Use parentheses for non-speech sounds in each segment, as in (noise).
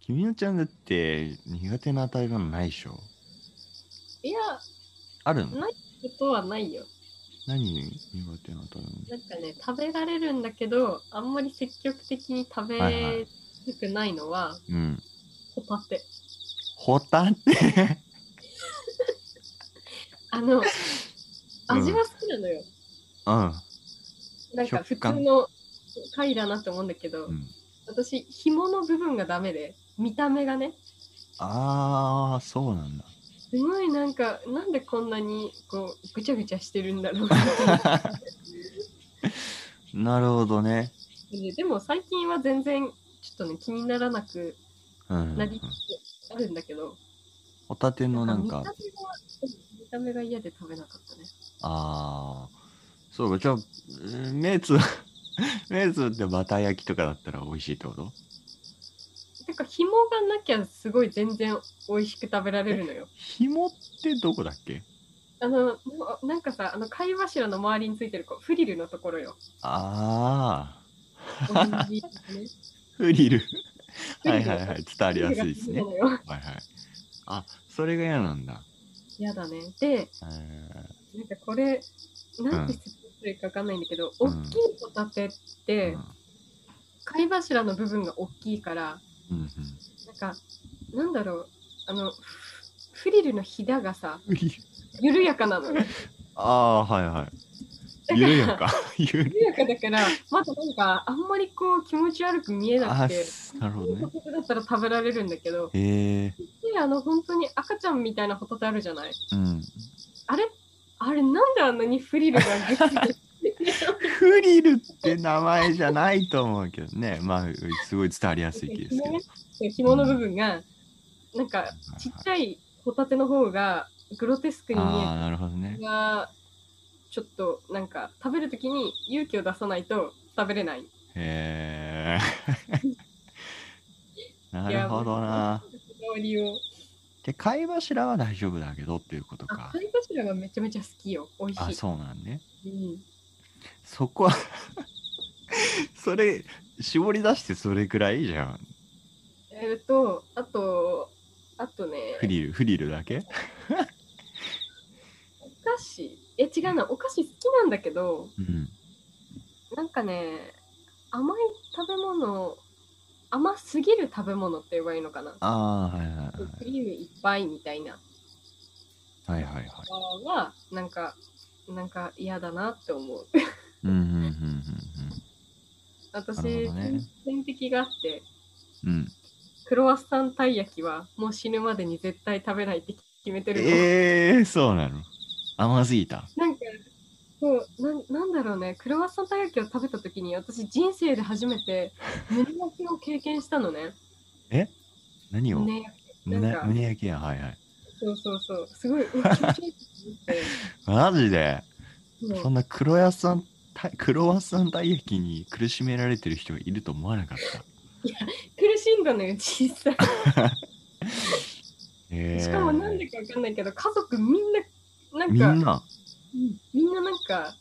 君のちゃんだって苦手な食べ物ないでしょいや、あるのないことはないよ。何苦手な食べ物なんかね、食べられるんだけど、あんまり積極的に食べはいはいたくないのは、うん。ホタテ。ホタテあの、味は好きなのよ。うん。なんか普食通感の貝だなって思うんだけど、うん。私、紐の部分がダメで、見た目がね、ああ、そうなんだ。すごいなんか、なんでこんなにこうぐちゃぐちゃしてるんだ (laughs) ろうみたいななるほどね。ででも最近は全然、ちょっとね、気にならなくうんうんうなんり。つつあるんだけど、ホタテのなん見たか目、が見た目が嫌で食べなかったね。ああ、そうか、じゃあ、えー目 (laughs) つ、目つぶってバター焼きとかだったら美味しいってことなんか紐がなきゃすごい全然美味しく食べられる (laughs) のよ。紐ってどこだっけあのななんかさあの貝柱の周りについてるこうフリルのところ (laughs) よ。ああ、オレンジ色のねフリル。フリルはいはいはい、伝わりやすいですね。フはリルが好きなのよいはい。あ、それが嫌なんだ。嫌だね。でえーなんかこれなんて説明するかわかんないんだけど、うん大きいホタテって、貝柱の部分が大きいからうんうんうんなんかなんだろうあのフフリルのひだがさフリル。緩やかなのよ。ああー、はいはい。だから緩や (laughs) か。緩緩やかだからまだなんかあんまりこう気持ち悪く見えなあくて。ーなるほどねホ。タテだったら食べられるんだけど、へえであの本当に赤ちゃんみたいなホタテあるじゃないうん。あれあれなんであんなにフリルがぐつぐつフリルって名前じゃないと思うけどね。まあ、すごい伝わりやすい気ですけど。紐の部分が、なんかちっちゃいホタテの方がグロテスクに見ああ、えなるほどねる。がちょっとなんか食べるときに勇気を出さないと食べれない。へ (laughs) え。なるほどな。香りをで、貝柱は大丈夫だけどっていうことあか。貝柱がめちゃめちゃ好きよ。美味しい。あ、そうなんね。うんそこは、 (laughs) それ、絞り出してそれくらいじゃん。えっと、あと、あとね、フリル、フリルだけお菓子え違うなお菓子好きなんだけどうん。なんかね甘い食べ物甘すぎる食べ物って言えばいいのかなああ、はいはいクリームいっぱいみたいなはい。はいはいはい。のはなんかなんか嫌だなって思ううんうんうん私なるほどね天敵があってうんうん。うん。クロワッサンたい焼きはもう死ぬまでに絶対食べないって決めてるの、ええー、そうなの甘すぎた。なんかそうなんなんだろうねクロワッサンたい焼きを食べた時に私人生で初めて胸焼けを経験したのね何を、胸焼け胸なんか胸焼けやん、はいはい。そうそうそう。すごい、うわ気持ちいいってマジで、思って。そんなクロワッサンた、クロワッサンたい焼きに苦しめられてる人がいると思わなかった。苦しんだのよ、小さい。えー、しかもなんでかわかんないけど、家族みんな、みなんんか、な、うんみんななんか、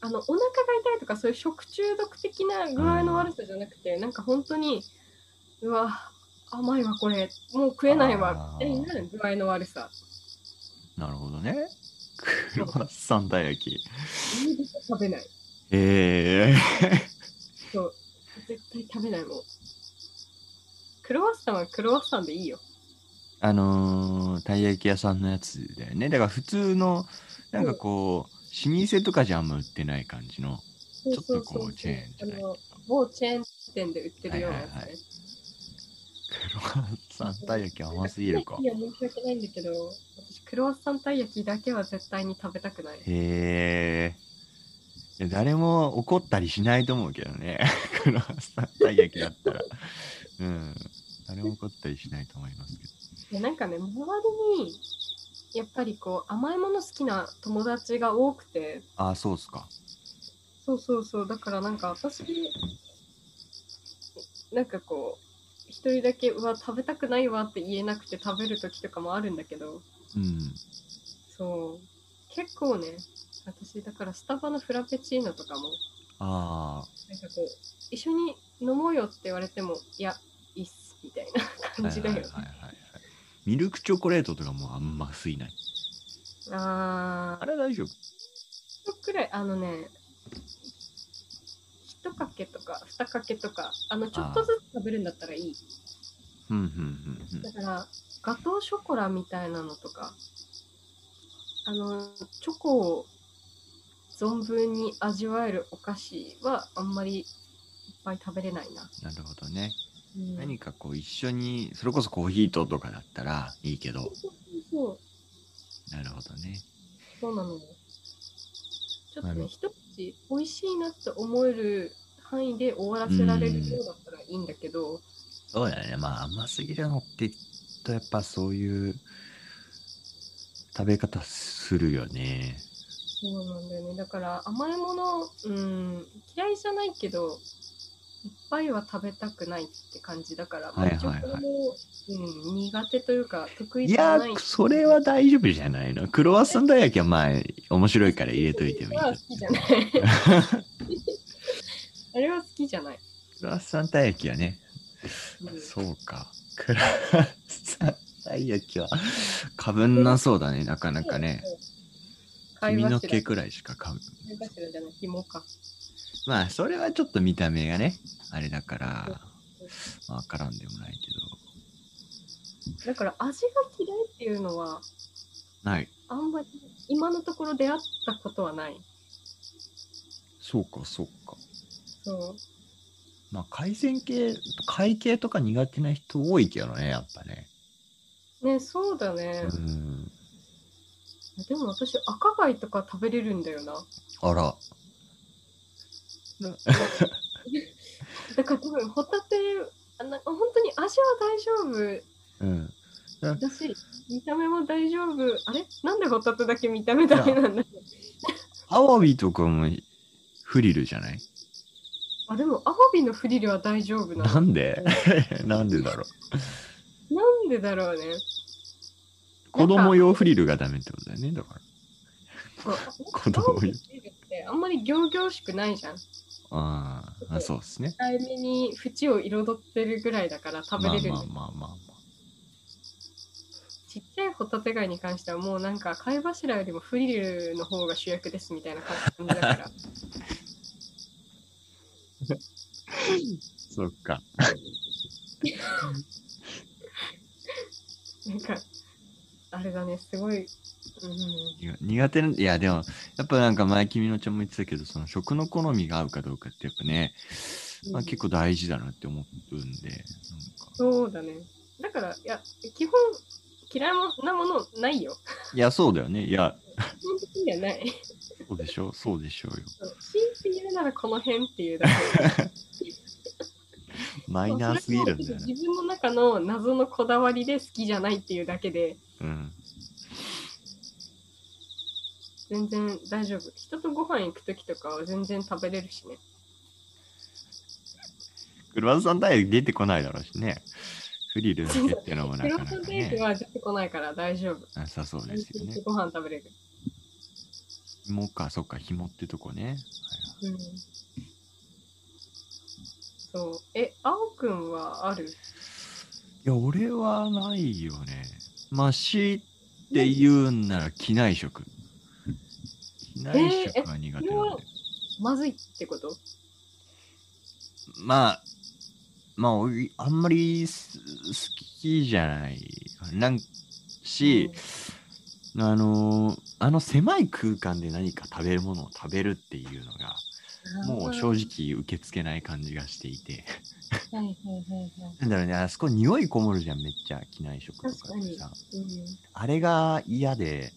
あのお腹が痛いとかそういう食中毒的な具合の悪さじゃなくて、なんか本当にうわ甘いわこれもう食えないわあーみたいな具合の悪さなるほどね。クロワッサンたい焼き。二度と食べないええそう絶対食べないもんクロワッサンはクロワッサンでいいよあのー、たい焼き屋さんのやつだよね。だから普通の、なんかこう、老舗とかじゃあんま売ってない感じの。ちちょっとこうチェーンじゃないけど某チェーン店で売ってるようなやつね。はいはいはいクロワッサンたい焼き甘すぎるかい。や、申し訳ないんだけど、私、クロワッサンたい焼きだけは絶対に食べたくない。 (laughs) へえ。いや誰も怒ったりしないと思うけどね。 (laughs) クロワッサンたい焼きだったら。うん。誰も怒ったりしないと思いますけど。いやなんかね、周りに、やっぱりこう、甘いもの好きな友達が多くて、ああ、そうっすか。そうそうそう、だからなんか私、なんかこう、一人だけ、うわ、食べたくないわって言えなくて食べる時とかもあるんだけど、うん。そう、結構ね、私、だからスタバのフラペチーノとかも、ああ。なんかこう、一緒に飲もうよって言われても、いや、いいっす、みたいな感じだよね。はいはいはいはいミルクチョコレートとかもうあんま吸いない。あああ、れは大丈夫。一くらい、あのね、一かけとか二かけとか、あの、ちょっとずつ食べるんだったらいい。うんうんうんだから、ガトーショコラみたいなのとか、あの、チョコを存分に味わえるお菓子はあんまりいっぱい食べれないな。なるほどね。うん何かこう一緒に、それこそコーヒーととかだったらいいけど。そう、なるほどね。そうなのよ。ちょっとなるね、一口美味しいなって思える範囲で終わらせられるようだったらいいんだけど、そうだね。まあ甘すぎるのって、とやっぱそういう食べ方するよね。そうなんだよね。だから甘いもの、うん、嫌いじゃないけど、いっぱいは食べたくないって感じだから、まあはいはい一応はいこれも、うん、苦手というか、得意いじゃやない。、それは大丈夫じゃないの。クロワッサン大焼きはまあ面白いから入れといてもいいあけれどは好。きじゃない。 (laughs) あれは好きじゃない。クロワッサンたい焼きはね、うんそうか。クロワッサンたい焼きは、かぶんなそうだね、なかなかね。。会君話のし毛る。くらいしかかぶん会話しるじゃない。紐か。まあ、それはちょっと見た目がね、あれだから、まあわからんでもないけど。だから味が嫌いっていうのは、ない。あんまり今のところ出会ったことはない。そうか、そうか。そう。まあ、海鮮系、海系とか苦手な人多いけどね、やっぱね。ね、そうだね。うん。でも私、赤貝とか食べれるんだよな。あら。だから多分、ホタテ、あなんか本当に味は大丈うん。夫だし、見た目も大丈夫。あれなんでホタテだけ見た目ダメなんだアワビとかもフリルじゃないあ、でも、アワビのフリルは大丈夫なの。なな (laughs) んでなんでだろう。んでだろうね。子供用フリルがダメってことだよね、だから。こう子供用アワビのフリルってあんまり仰々しくないじゃん。あーあ、そうですね。控えめに縁を彩ってるぐらいだから食べれるんだまけあどまあまあまあまちっちゃいホタテ貝に関してはもうなんか貝柱よりもフリルの方が主役ですみたいな感じだ (laughs) から。あ。そっか。なんか、あれだね、すごい。うん、苦苦手な、いやでも、やっぱなんか前君のちゃんも言ってたけど、その食の好みが合うかどうかってやっぱね、まあ、結構大事だなって思うんで、なんか。そうだね。だから、いや、基本、嫌いなものないよ。いや、そうだよね。いや、基本的にはない。そうでしょそうでしょうよ。強いて言うならこの辺っていうだけ。 (laughs) マイナーすぎるんだよね。自分の中の謎のこだわりで好きじゃないっていうだけで、うん。全然大丈夫。人とご飯行くときとかは全然食べれるしね。クロワッサンダイエット出てこないだろうしね。フリルだけってのもなクロかなワッサンかデートね。は出てこないから大丈夫。なさそうですよね。ご飯食べれる。紐か、そっか、紐ってとこね。はいはいうん。そう。え、あおくんはあるいや、俺はないよね。まあ、しって言うんなら、機内食。機内食は苦手なんだよ。まずいってことまあ、まあ、おいあんまりす好きじゃない。なんし、あのーあの狭い空間で何か食べるものを食べるっていうのが、もう正直。直受け付けない感じがしていて。 (laughs) はいはいはいはい。なんだろうね、あそこ匂いこもるじゃん、めっちゃ、機内食と確かかってにさ。うあれが嫌で、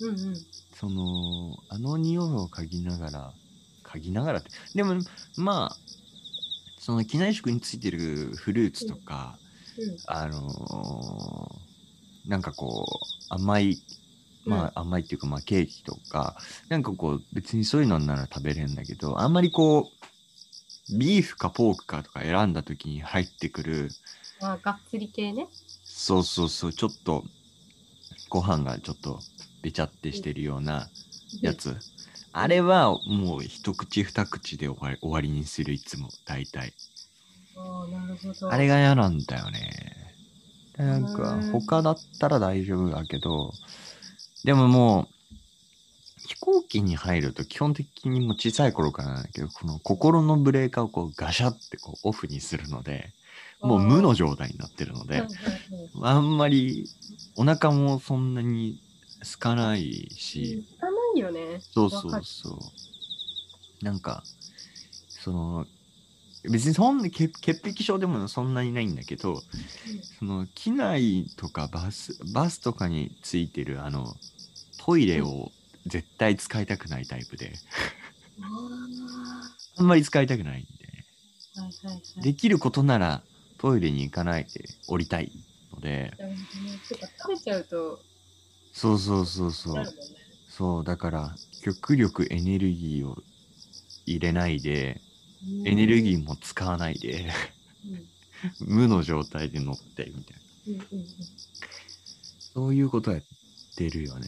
ん。うんうん。そのあの匂いを嗅ぎながら嗅ぎながらってでもまあその機内食についてるフルーツとか、あのーなんかこう甘いまあ甘いっていうかまあケーキとかなんかこう別にそういうのなら食べれるんだけどあんまりこうビーフかポークかとか選んだ時に入ってくるあ。あ、がっつり系ね。そうそうそうちょっとご飯がちょっとべちゃってしてるようなやつ。あれはもう一口二口で終わり終わりにするいつも大体。ああ、なるほど。あれが嫌なんだよね。なんかうん他だったら大丈夫だけど、でももう飛行機に入ると基本的にもう小さい頃からなんだけど、この心のブレーカーをこうガシャってこうオフにするので、もう無の状態になってるのはいでは、いはいあんまりお腹もそんなに空かないし、行かないよね。そうそわかうるそう。なんか、その、別にそんな潔潔癖症でもそんなにないんだけど、その機内とかバスバスとかについてるあのトイレを絶対使いたくないタイプであーあんまり使いたくないんはいはいではいできることならトイレに行かないで降りたいのでなるほどねてか食べちゃうとそうそうそうそなうるもんね。そうだから極力エネルギーを入れないでうんエネルギーも使わないで (laughs) 無の状態で乗ってみたいなうんうんうんうんそういうことやってるよね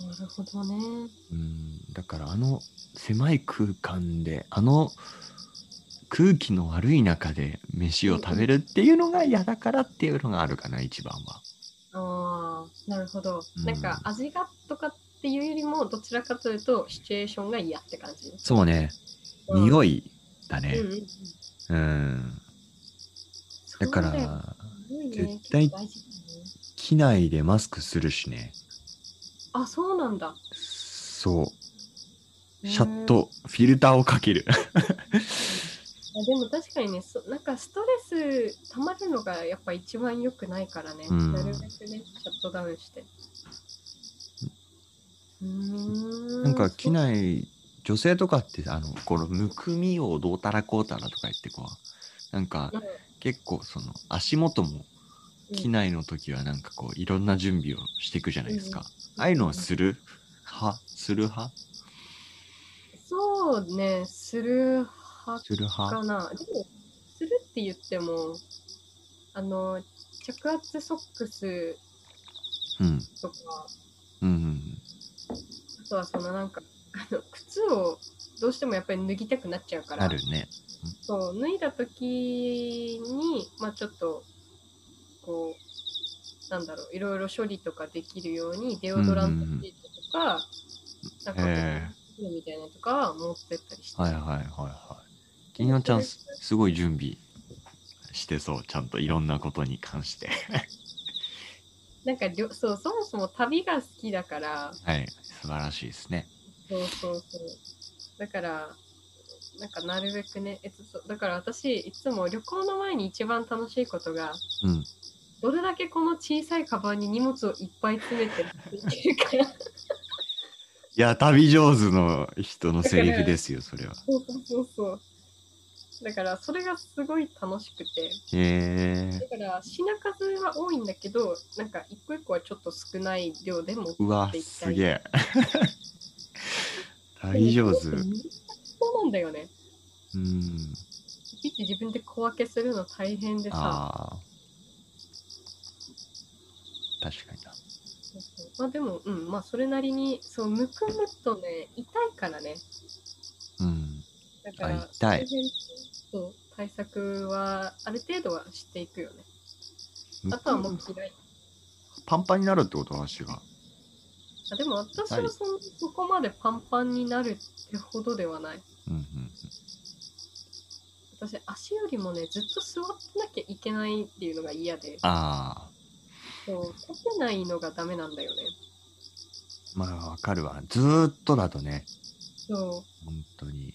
なるほどね。うんだからあの狭い空間であの空気の悪い中で飯を食べるっていうのが嫌だからっていうのがあるかな一番は。ああ、なるほど。うんなんか味がとかっていうよりも、どちらかというと、シチュエーションが嫌って感じ。そうねい。匂いだうんねう。んうん、うんだか、ら匂いね、絶対結構大事だよね機内でマスクするしねあ、そうなんだ。そうねシャットフィルターをかける。あでも確かにねそ、なんかストレス溜まるのがやっぱ一番良くないからね、うんなるべくね、シャットダウンして。うーんなんか機い。内女性とかってあのこのむくみをどうたらこうたらとか言ってこうなんかうん結構その足元も機内の時はなんかこういろんな準備をしていくじゃないですか。ああいうのはする派する派そうね、する派するか派な。でも、するって言っても、あの、着圧ソックスうんとか、うんあとはそのなんか、あの靴をどうしてもやっぱり脱ぎたくなっちゃうかうん。ら。あるね。そう脱いだ時に、まあ、ちょっとこうなんだろういろいろ処理とかできるようにデオドラントシートとか、なんかこうえシールみたいなのとかは持ってったりして、えはいはいはいはい。金のちゃんすすごい準備してそうちゃんといろんなことに関して。なんかりょそうそもそも旅が好きだからはい素晴らしいですね。そうそうそうだからなんかなるべくねえっとそうだから私いつも旅行の前に一番楽しいことがうん。どれだけこの小さいカバンに荷物をいっぱい詰めてできるかいや旅上手の人のセリフです (laughs) よそれは。そうそうそうそう。だからそれがすごい楽しくて。へえだから品数は多いんだけど、なんか一個一個はちょっと少ない量でも。うわすげえ。 (laughs) 旅上手。うそうなんだよね。ん。いちいち自分で小分けするの大変でさ。ああ。確かにな。そうそうまあでも、うん、まあそれなりに、そう、むくむとね、痛いからね。うん。だかあら、痛いその辺そう、対策はある程度はしていくよね。あとはもう嫌い。パンパンになるってこと足が。あでも私ははいそ,、そこまでパンパンになるってほどではない。うんうん私、足よりもね、ずっと座ってなきゃいけないっていうのが嫌で、ああ。そう立てないのがダメなんだよね。まあわかるわ。ずーっとだとね。そ本当に。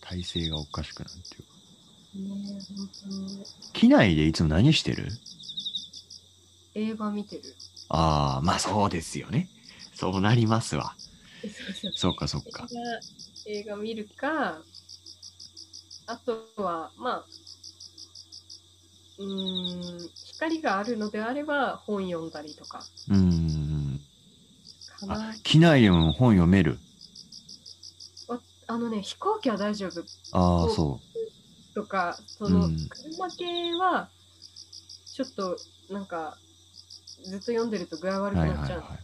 体勢がおかしくなるっていうか。う。ねえ、本当に。機内でいつも何してる映画見 (laughs) てる。ああ、まあそうですよね。そうなりますわ。そうそうそうかそうか。映画映画見るか、あとは、まあ、うーん、光があるのであれば本読んだりとかうーん。かあな。、機内でも本読める。あのね、飛行機は大丈夫。ああ、そうそとか、そうのん車系は、ちょっとなんか、ずっと読んでると具合う。悪くはいなはっちいゃう。は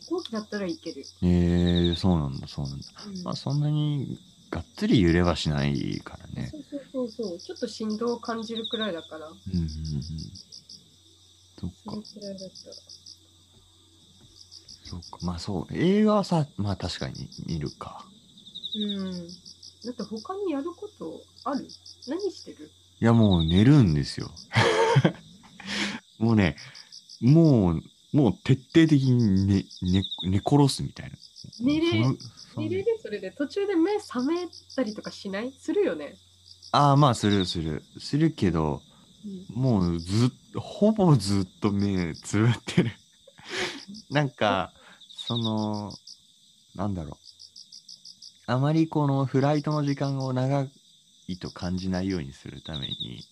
飛行機だったらいける。い。ええそうなんだ、そうなんだ。うんまあそんなにがっつり揺れはしないからね。そうそうそそうそう。ちょっと振動を感じるくらいだから、うんうんうん。そっそかれ、くらいだったら。そっか。まあそう、映画はさ、まあ確かに見るか。うん。だって他にやることある何してるいやもう寝るんですよ。 (laughs) もうね、もう、もう徹底的に寝、寝、寝殺すみたいな。寝れそのその寝れるそれで途中で目覚めたりとかしないするよね。ああ、まあするする。するけど、うんもうずっほぼずっと目つぶってる。 (laughs) なんか、その、なんだろう。あまりこのフライトの時間を長いと感じないようにするために、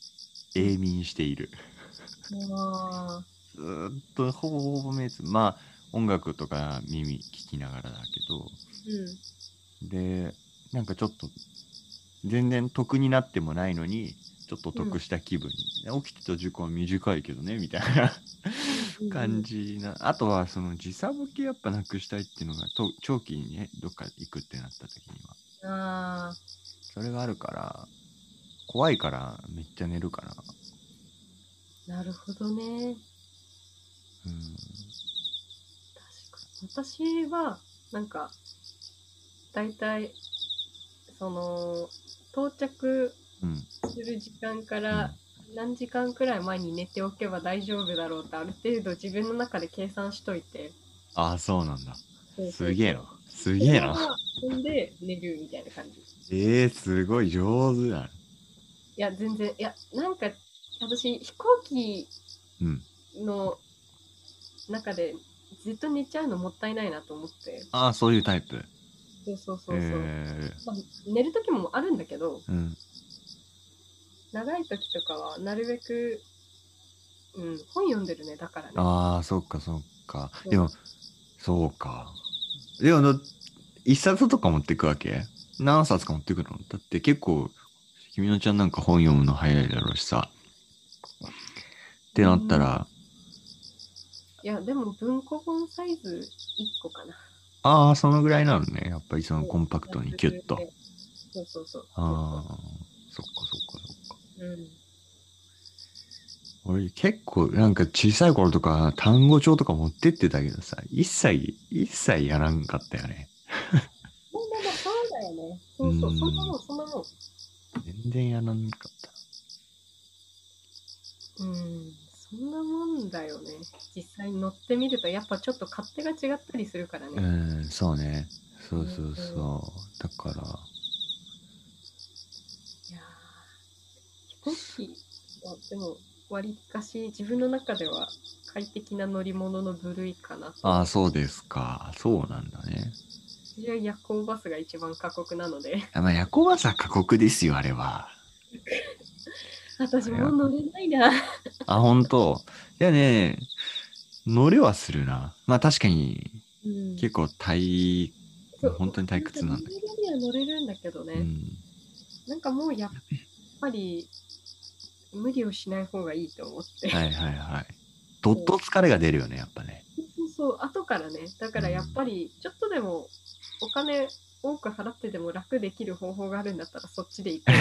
永眠している。あずーっとほぼほぼ目つぶまあ、音楽とか耳聞きながらだけど、ーで、なんかちょっと、全然得になってもないのに、ちょっと得した気分に、起きてた時間短いけどね、みたいな。うん。感。じな、あとはその時差ボケやっぱなくしたいっていうのがと長期にねどっか行くってなった時にはああ。それがあるから怖いからめっちゃ寝るからなるほどね。うん確かに。私は、なんか、だいたい、その、到着うんする時間から何時間くらい前に寝ておけば大丈夫だろうってある程度自分の中で計算しといて。ああそうなんだすげえなすえげえな。そんで寝るみたいな感じ。えー、すごい上手だいや、全然、いや、なんか、私、飛行機うんの中でずっと寝ちゃうのもったいないなと思って。ああそういうタイプそうそうそうそう。えまあ、寝る時もあるんだけど、ー、うん長い時とかはなるべく、うん、本読んでるね、だからね。ああそっかそっかうんでもそうかでもだ一冊とか持ってくわけ何冊か持ってくのだって結構君のちゃんなんか本読むの早いだろうしさってなったら、いや、でも文庫本サイズ1個かな。ああそのぐらいなのねやっぱりそのコンパクトにキュッとそうそうそう。ああそっかそっかそっかうん。俺結構なんか小さい頃とか単語帳とか持ってってたけどさ一切一切やらんかったよねもうでもそうだよね。そうそう、うんそんなもん、そんなもん。全然やらんかったうん、そんなもんだよね。実際乗ってみると、やっぱちょっと勝手が違ったりするからうね。ん、そうね。そうそうそう。だから、いやー飛行機はでも、割かし自分の中では快適な乗り物の部類かなと。ああ、そうですか。そうなんだね。私は夜行バスが一番過酷な (laughs) ので、あまあ、夜行バスは過酷ですよ、あれは。私もう乗れないな。あ、本当いやね、乗れはするな。まあ確かに、うん結構体、そう本当に退屈なんだか乗れるには乗れるんだけどね。うん。なんかもうやっぱり無理をしない方がいいと思って。はいはいはい。どっと疲れが出るよね、やっぱね。そうそう、後からね。だからやっぱりちょっとでもお金多く払ってでも楽できる方法があるんだったらそっちで行く。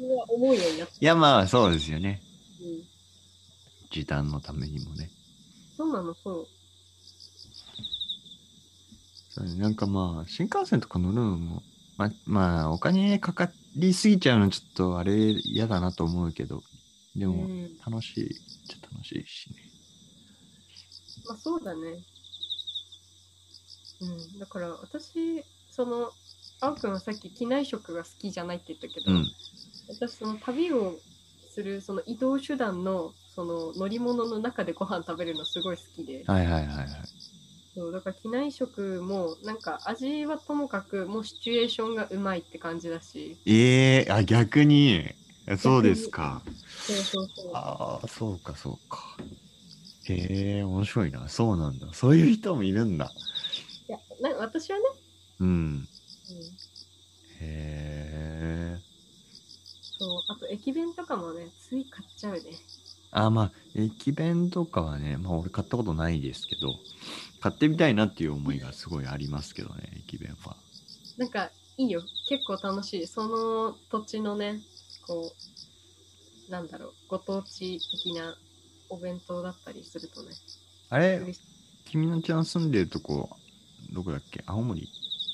(laughs) うわ思うようになって。いや、まあそうですよね。うん時短のためにもね。そうなの、そう。そうねなんかまあ、新幹線とか乗るのも、ま、まあ、お金かかりすぎちゃうのちょっとあれ嫌だなと思うけど、でうも、ん楽しいっちゃ楽しいしね。まあそうだね。うん、だから私、その、青くんはさっき機内食が好きじゃないって言ったけど、うん。私その旅をするその移動手段のその乗り物の中でご飯食べるのすごい好きで、はいはいはいはい。そうだから機内食もなんか味はともかくもうシチュエーションがうまいって感じだしええあ、逆に。そうですか。そうそうそうああ、そうかそうか。へえ、面白いな。そうなんだ。そういう人もいるんだ。いやな私はね、うん。うん、へえ。そうあと駅弁とかもねつい買っちゃうねあまあ駅弁とかはねまあ俺買ったことないですけど買ってみたいなっていう思いがすごいありますけどね駅弁はなんかいいよ結構楽しいその土地のねこうなんだろうご当地的なお弁当だったりするとねあれ嬉しい君のちゃん住んでるとこどこだっけ青森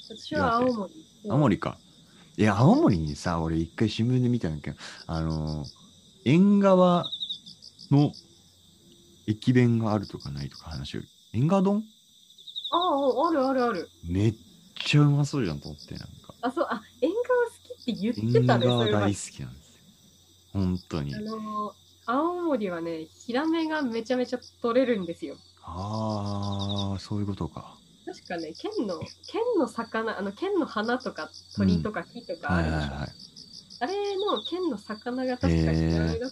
私は青森青森かいや青森にさ俺一回新聞で見たんだけどあのー縁側の駅弁があるとかないとか話を縁側丼あああるあるあるめっちゃうまそうじゃんと思ってなんかあそうあ縁側好きって言って縁たねそ側れは大好きなんですよ本当にあの青森はねヒラメがめちゃめちゃ取れるんですよああそういうことか確かね県の県の魚あの県の花とか鳥とか木とかはあいるはでいしょ、はあれの県の魚が確かヒラメだったんだよ、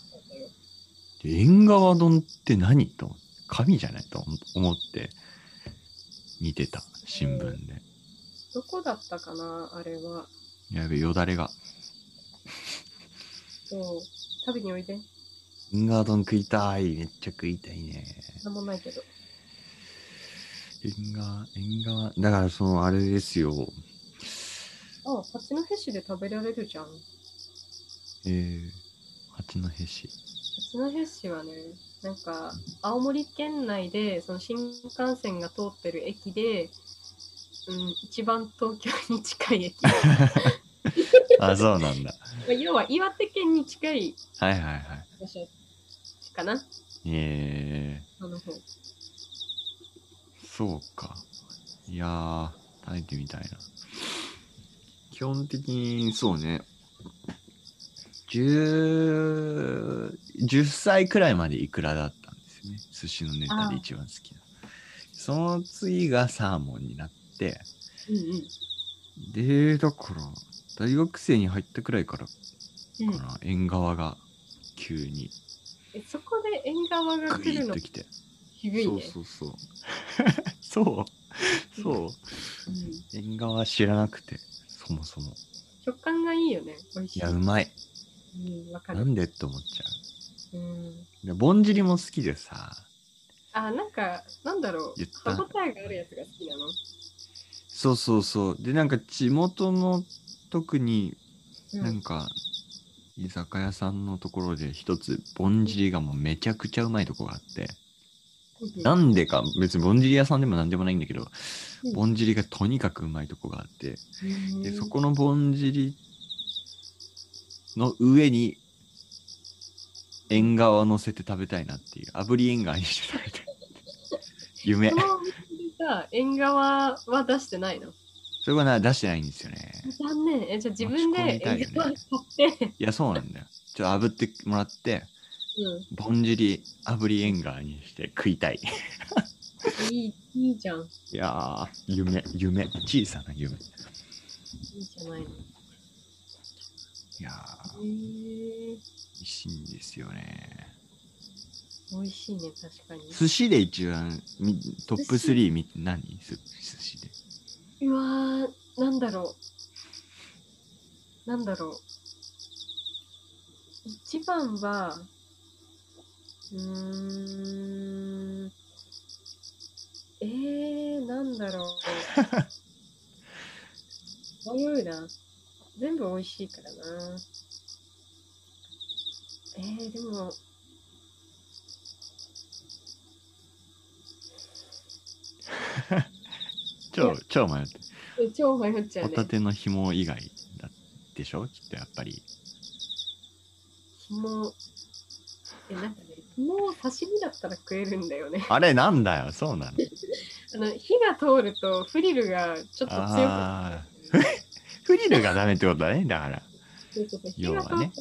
いで縁側丼って何と思って神じゃないと思って見てた新聞でどこだったかなあれはやべえよだれがそう食べにおいでインガードン食いたい。めっちゃ食いたいね。なんもないけどエンガー、エンガー、だからそのあれですよ。あ八戸市で食べられるじゃんえー、八戸市。八戸市はねなんか青森県内でその新幹線が通ってる駅で、うん、一番東京に近い駅まあ、そうなんだ。あ要は岩手県に近いはいはいはい。場所かなえあの方ー、そうか。いやー、食べてみたいな。基本的に、そうね。10、10歳くらいまでイクラだったんですよね。寿司のネタで一番好きな。その次がサーモンになって、うんうんで、だから、大学生に入ったくらいからかうんな、縁側が急にえそこで縁側がグ来イるッのときて。渋いねそうそうそう。 (laughs) そう (laughs) そう。うん縁側知らなくて、そもそも。食感がいいよね美味しいいや、うまい。うんわかなるんでって思っちゃうんう。で、ぼんじりも好きでさ、あなんかなんだろう言った歯応えがあるやつが好きなのそうそうそう。で、なんか地元の特にうなんんか、居酒屋さんのところで一つ、ぼんじりがもうめちゃくちゃうまいとこがあって、なんでか、別にぼんじり屋さんでもなんでもないんだけど、うんぼんじりがとにかくうまいとこがあって、うんで、そこのぼんじりの上に、縁側を乗せて食べたいなっていう、炙り縁側にして食べたい。 (laughs) 夢そ。のお店でさ、縁側は出してないのそれはな、出してないんですよね。残念。え、じゃあ自分で持ち込みたいよ縁ね側買って、いや、そうなんだよ。ちょっと炙ってもらって、ぼんじり炙り縁側にして食いた (laughs) い。うん、いい、いいじゃん。いいやー、夢、夢、小さな夢。いいじゃないの。やえー、ー、美味しいんですよね。美味しいね、確かに。寿司で一番みトップ寿司3み何す寿司でうわー、なんだろう。なんだろう。一番は、うーん、えー、なんだろう。迷うな。全部美味しいからな。えー、でも、い超や超迷ってえ超迷っちゃうホね。タテの紐以外だでしょきっとやっぱりもう、え、なんかね、もう刺身だったら食えるんだよね。あれなんだよそうなのあの、火が通るとフリルがちょっと強くなある。フリルがダメってことだねだからそうそうそう火要がは通った、ね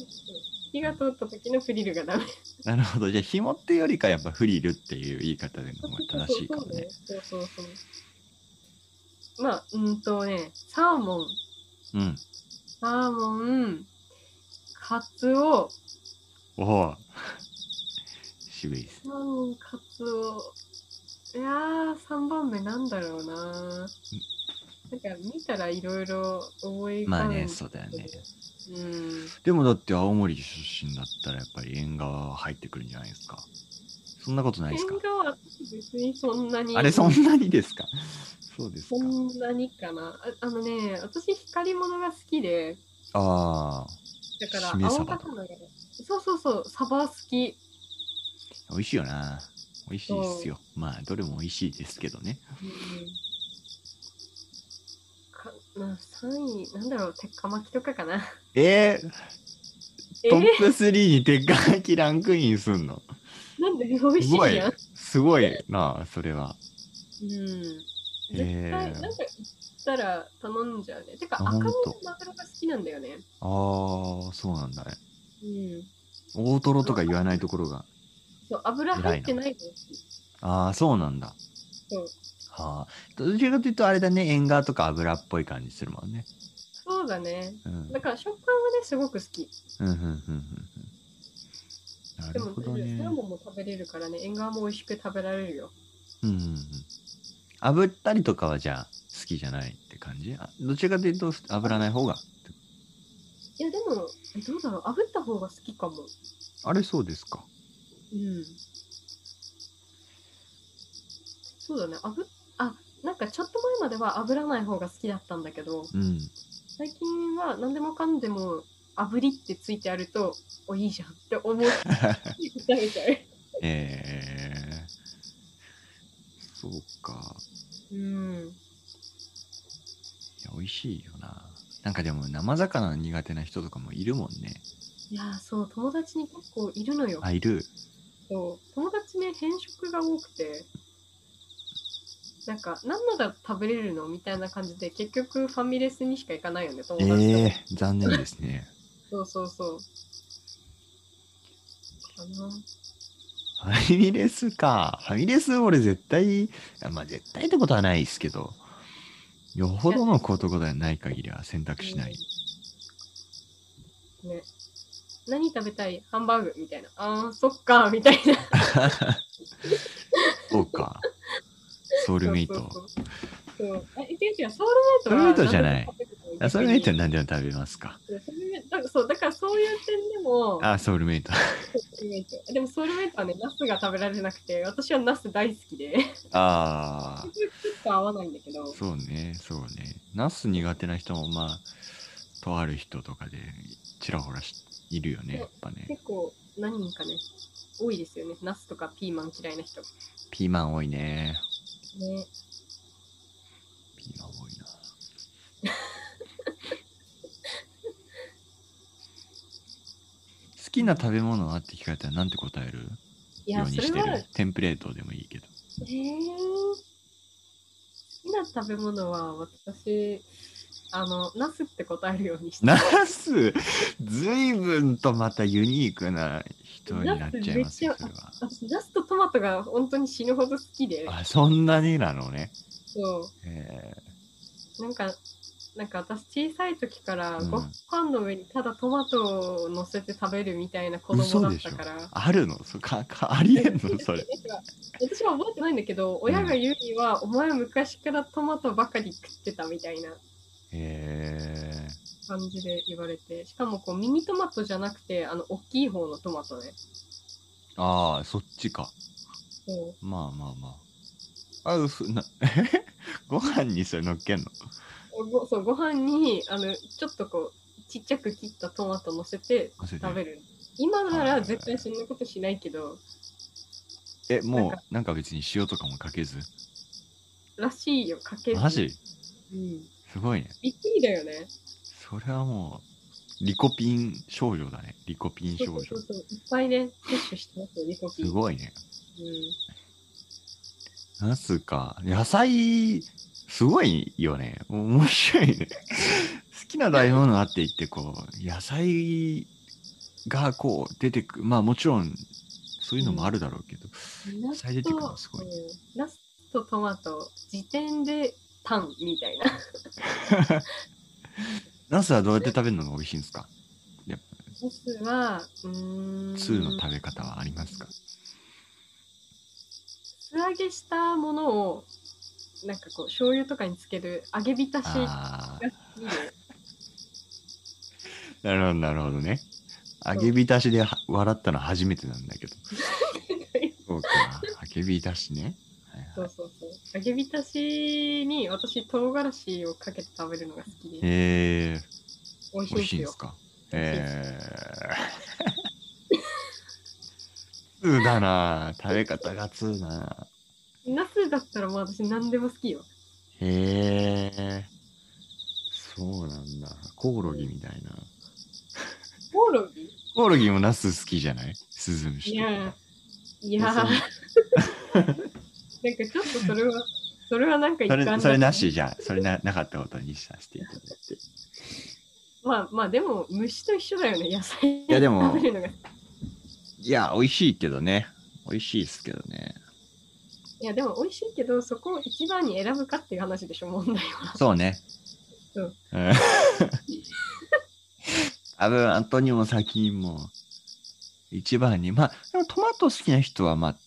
火が通った時のフリルがダメ。なるほどじゃあ紐ってよりかやっぱフリルっていう言い方での方が正しいかもねそうそうそう。まあ、うんとね、サーモン、うんサーモン、カツオ、おお (laughs) 渋いですサーモン、カツオ。いやー、3番目なんだろうな。なんか見たらいろいろ思い浮まかあぶんねでそうだよねうん。でもだって青森出身だったらやっぱり縁側は入ってくるんじゃないですかそんなことないですか変顔は別にそんなに。あれそんなにですかそうですかそんなにかな。ああのね、私、光り物が好きで、ああだからしめ青鯖とか魚がそうそうそうサバ好き美味しいよな。美味しいですよ。まあ、どれも美味しいですけどね。かな3位なんだろう鉄火巻きとか (laughs) かなええー、トップ3に鉄火巻きランクインすんのなんで美味すしいごいじゃん、すごいなあ、それは。うんへえ絶対なんか行ったら頼んじゃうねてかあ赤身のほんとマグロが好きなんだよねああ、そうなんだね。うん大トロとか言わないところが。そう油入ってないのああ、そうなんだ。そうはあ。どちらかというと、あれだね、縁側とか油っぽい感じするもんね。そうだねうん。うんだから食感はねすごく好きうん、うん、うんうん。なでるも、ほどサねー。モンも食べれるからね、縁側も美味しく食べられるよ。うんうんうん。炙ったりとかはじゃあ好きじゃないって感じあどちらかというと炙らない方が。いや、でも、えどうだろう、炙った方が好きかも。あれそうですか。うん。そうだね、炙っ、あ、なんかちょっと前までは炙らない方が好きだったんだけど、うん。最近は何でもかんでも炙りってついてあると、お、いいじゃんって思 (laughs) って食べちゃ (laughs) う。えー、そうか。うん。いや、美味しいよな。なんかでも生魚苦手な人とかもいるもんね。いやー、そう、友達に結構いるのよ。あ、いる。そう友達ね偏食が多くてなんか何なら食べれるのみたいな感じで結局ファミレスにしか行かないよね友え達と、ー、残念ですね。そうそうそうあのファミレスか。ファミレス俺絶対、あまあ絶対ってことはないですけど、よほどのことがない限りは選択しない。ね何食べたいハンバーグみたいなあーそっかみたいなそうか。ソウルメ (laughs) イト。そうそうそうそうあ違う違うソウルソウルメメイイトトはじゃないあソウルメイトはな何でも食べますか。そうだからそういう点でもあ、ソウルメイ (laughs) ト。ソウルメイトでもソウルメイトはねナスが食べられなくて私はナス大好きでああ、ちょっと合わないんだけど、そうね、そうね。ナス苦手な人も、まあ、とある人とかで、ちらほらしいるよね、やっぱね。結構何人かね、多いですよね。ナスとかピーマン嫌いな人。ね。ピーマン多いね。ピーマン多いな。好きな食べ物はって聞かれたら、なんて答えるいよや、うにそしてれは、るへ。テンプレートでもいいけど。え好きな食べ物は私、あの、ナスって答えるようにしてるナス、ずいぶんとまたユニークな人になっちゃいますよ、それは。私、ナスとトマトが本当に死ぬほど好きで、あ、そんなになのね。そえう、なんか、なんか私小さい時からうんご飯の上にただトマトを乗せて食べるみたいな子供だ嘘っでしたょから、あるのそかかありえ (laughs) んのそれ。私は覚えてないんだけど、親が言うには、お前昔からトマトばかり食ってたみたいなえ感じで言われて、しかもこうミニトマトじゃなくて、あの大きい方のトマトね。ー、ああ、そっちか。そまあまあまあ。あ、うすな、 (laughs) ご飯にそれ乗っけんのうごそうご飯にあのちょっとこうちっちゃく切ったトマト乗せて乗せて食べる。今なはらい絶対そんなことしないけど、え、もなんかう、なんか別に塩とかもかけず。らしいよ、かけずマジうん、すごいね。びっくりだよね。それはもう、リコピン少女だね。リコピンそ少女う。そうそう、いっぱいね、摂取してますよ、リコすピン。ごいね。うんナスか。野菜、すごいよね。面白いね。 (laughs) 好きな食べ物あって言って、こう、野菜がこう出てくまあもちろん、そういうのもあるだろうけど。ナ最ス適化とがすごいうんナスとトマト、時点でタンみたいな。ナスはどうやって食べるのが美味しいんですかナスは、うーん、通の食べ方はありますか素揚げしたものを、なんかこう、醤油とかにつける揚げ浸しがあ好きで、あ、なるほど、なるほどね。揚げ浸しでは笑ったの初めてなんだけ (laughs) ど。そうか、揚げ浸しね。はいそうそうそう。揚げ浸しに私、唐辛子をかけて食べるのが好きで、え美味ー、美味ししいいんんですでよす。かえー、通だなぁ食べ方が通だなナスだったらもう私何でも好きよ。ぁへえそうなんだコオロギみたいなコオロギコオロギもナス好きじゃないスズムシいとかやいやそーなんうかちょっとそれは、それはなんか一そ貫れそれなしじゃあそれななかったことにさせていただいてまあまあでも虫と一緒だよね、野菜。いやでも食べるのがいいや美味しいけどね美味しいですけどねやでも美味しいけど、そこを一番に選ぶかっていう話でしょ、問題は。そうね。うんん。 (laughs) 多分、アントニオも先にも、一番に。まあ、でもトマト好きな人は、まあ、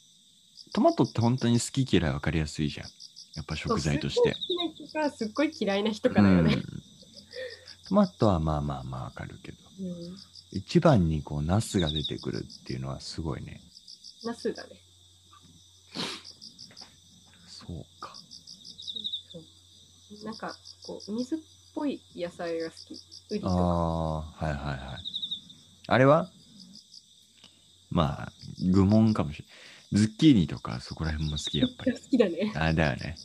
トマトって本当に好き嫌い分かりやすいじゃん。やっぱ食材として。そうすっごい好きな人からすっごい嫌いな人うからよねん。。トマトはまあまあまあ分かるけど、うん。一番にこう、ナスが出てくるっていうのはすごいね。ナスだね。そうか。そうなんかこう水っぽい野菜が好き。ウリとか。ああ、はいはいはい。あれはまあ、愚問かもしれない。ズッキーニとかそこら辺も好き、やっぱ (laughs) り好。きだね。あだよね。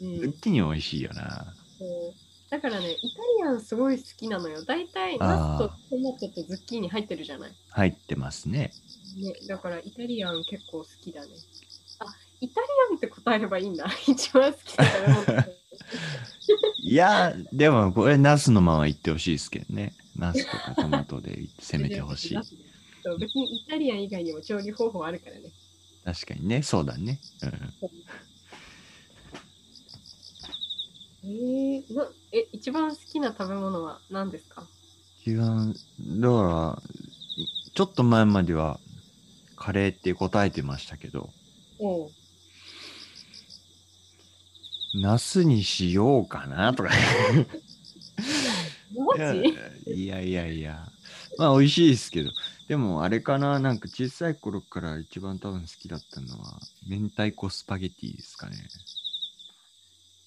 うズんッ。キーニ美味しいよな。そうだからね、イタリアンすごい好きなのよ。大体ナあースとトマトとズッキーニ入ってるじゃない。入ってますね。ね、だからイタリアン結構好きだね。あ、イタリアンって答えればいいんだ。 (laughs) 一番好きだから本当 (laughs) に。いや、でもこれ、ナスのままいってほしいですけどね。ナスとかトマトで攻めてほしい。 (laughs) そう別にイタリアン以外にも調理方法あるからね。確かにね、そうだね。うん、えー、なえ一番好きな食べ物は何ですか一番、だから、ちょっと前までは、カレーって答えてましたけど、おうナスにしようかなとか。マいジやいやいやいや。まあ美味しいですけど。でもあれかな、なんか小さい頃から一番多分好きだったのは、明太子スパゲティですか (laughs) ね。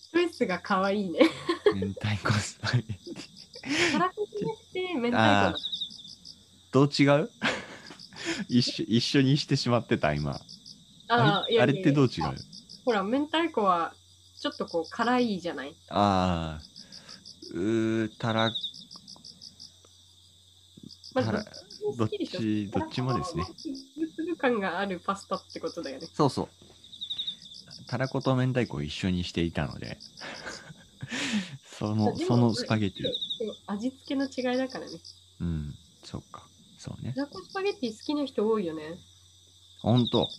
ストレスが可愛い (laughs) ね。明太子スパゲティ。たらこじゃなくて明太子あだあ。どう違う (laughs) 一緒一緒にしてしまってた、今。あいれやあいやれいやってどう違うほら、明太子はちょっとこう辛いじゃない。ああ。うー、たら、まあたら、どどっっちも好きでしょち、どっちもですね。。つぶつぶ感があるパスタってことだよね。そうそう。たらこと明太子を一緒にしていたので、 (laughs) その、でもそのスパゲティ。でも味付けの違いだからね。うん、そっか。そうねた。らこスパゲッティ好きな人多いよね。ほんと、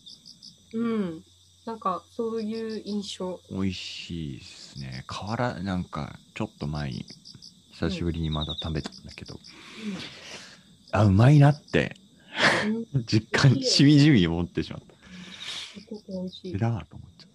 うん。なんかそういう印象。美味しいですね。瓦、なんか、ちょっと前に、久しぶりにまだ食べたんだけど、あ、うまいなって、うん。うん、実感、しみじみ思ってしまった。すごく美味しい。えらーと思っちゃっ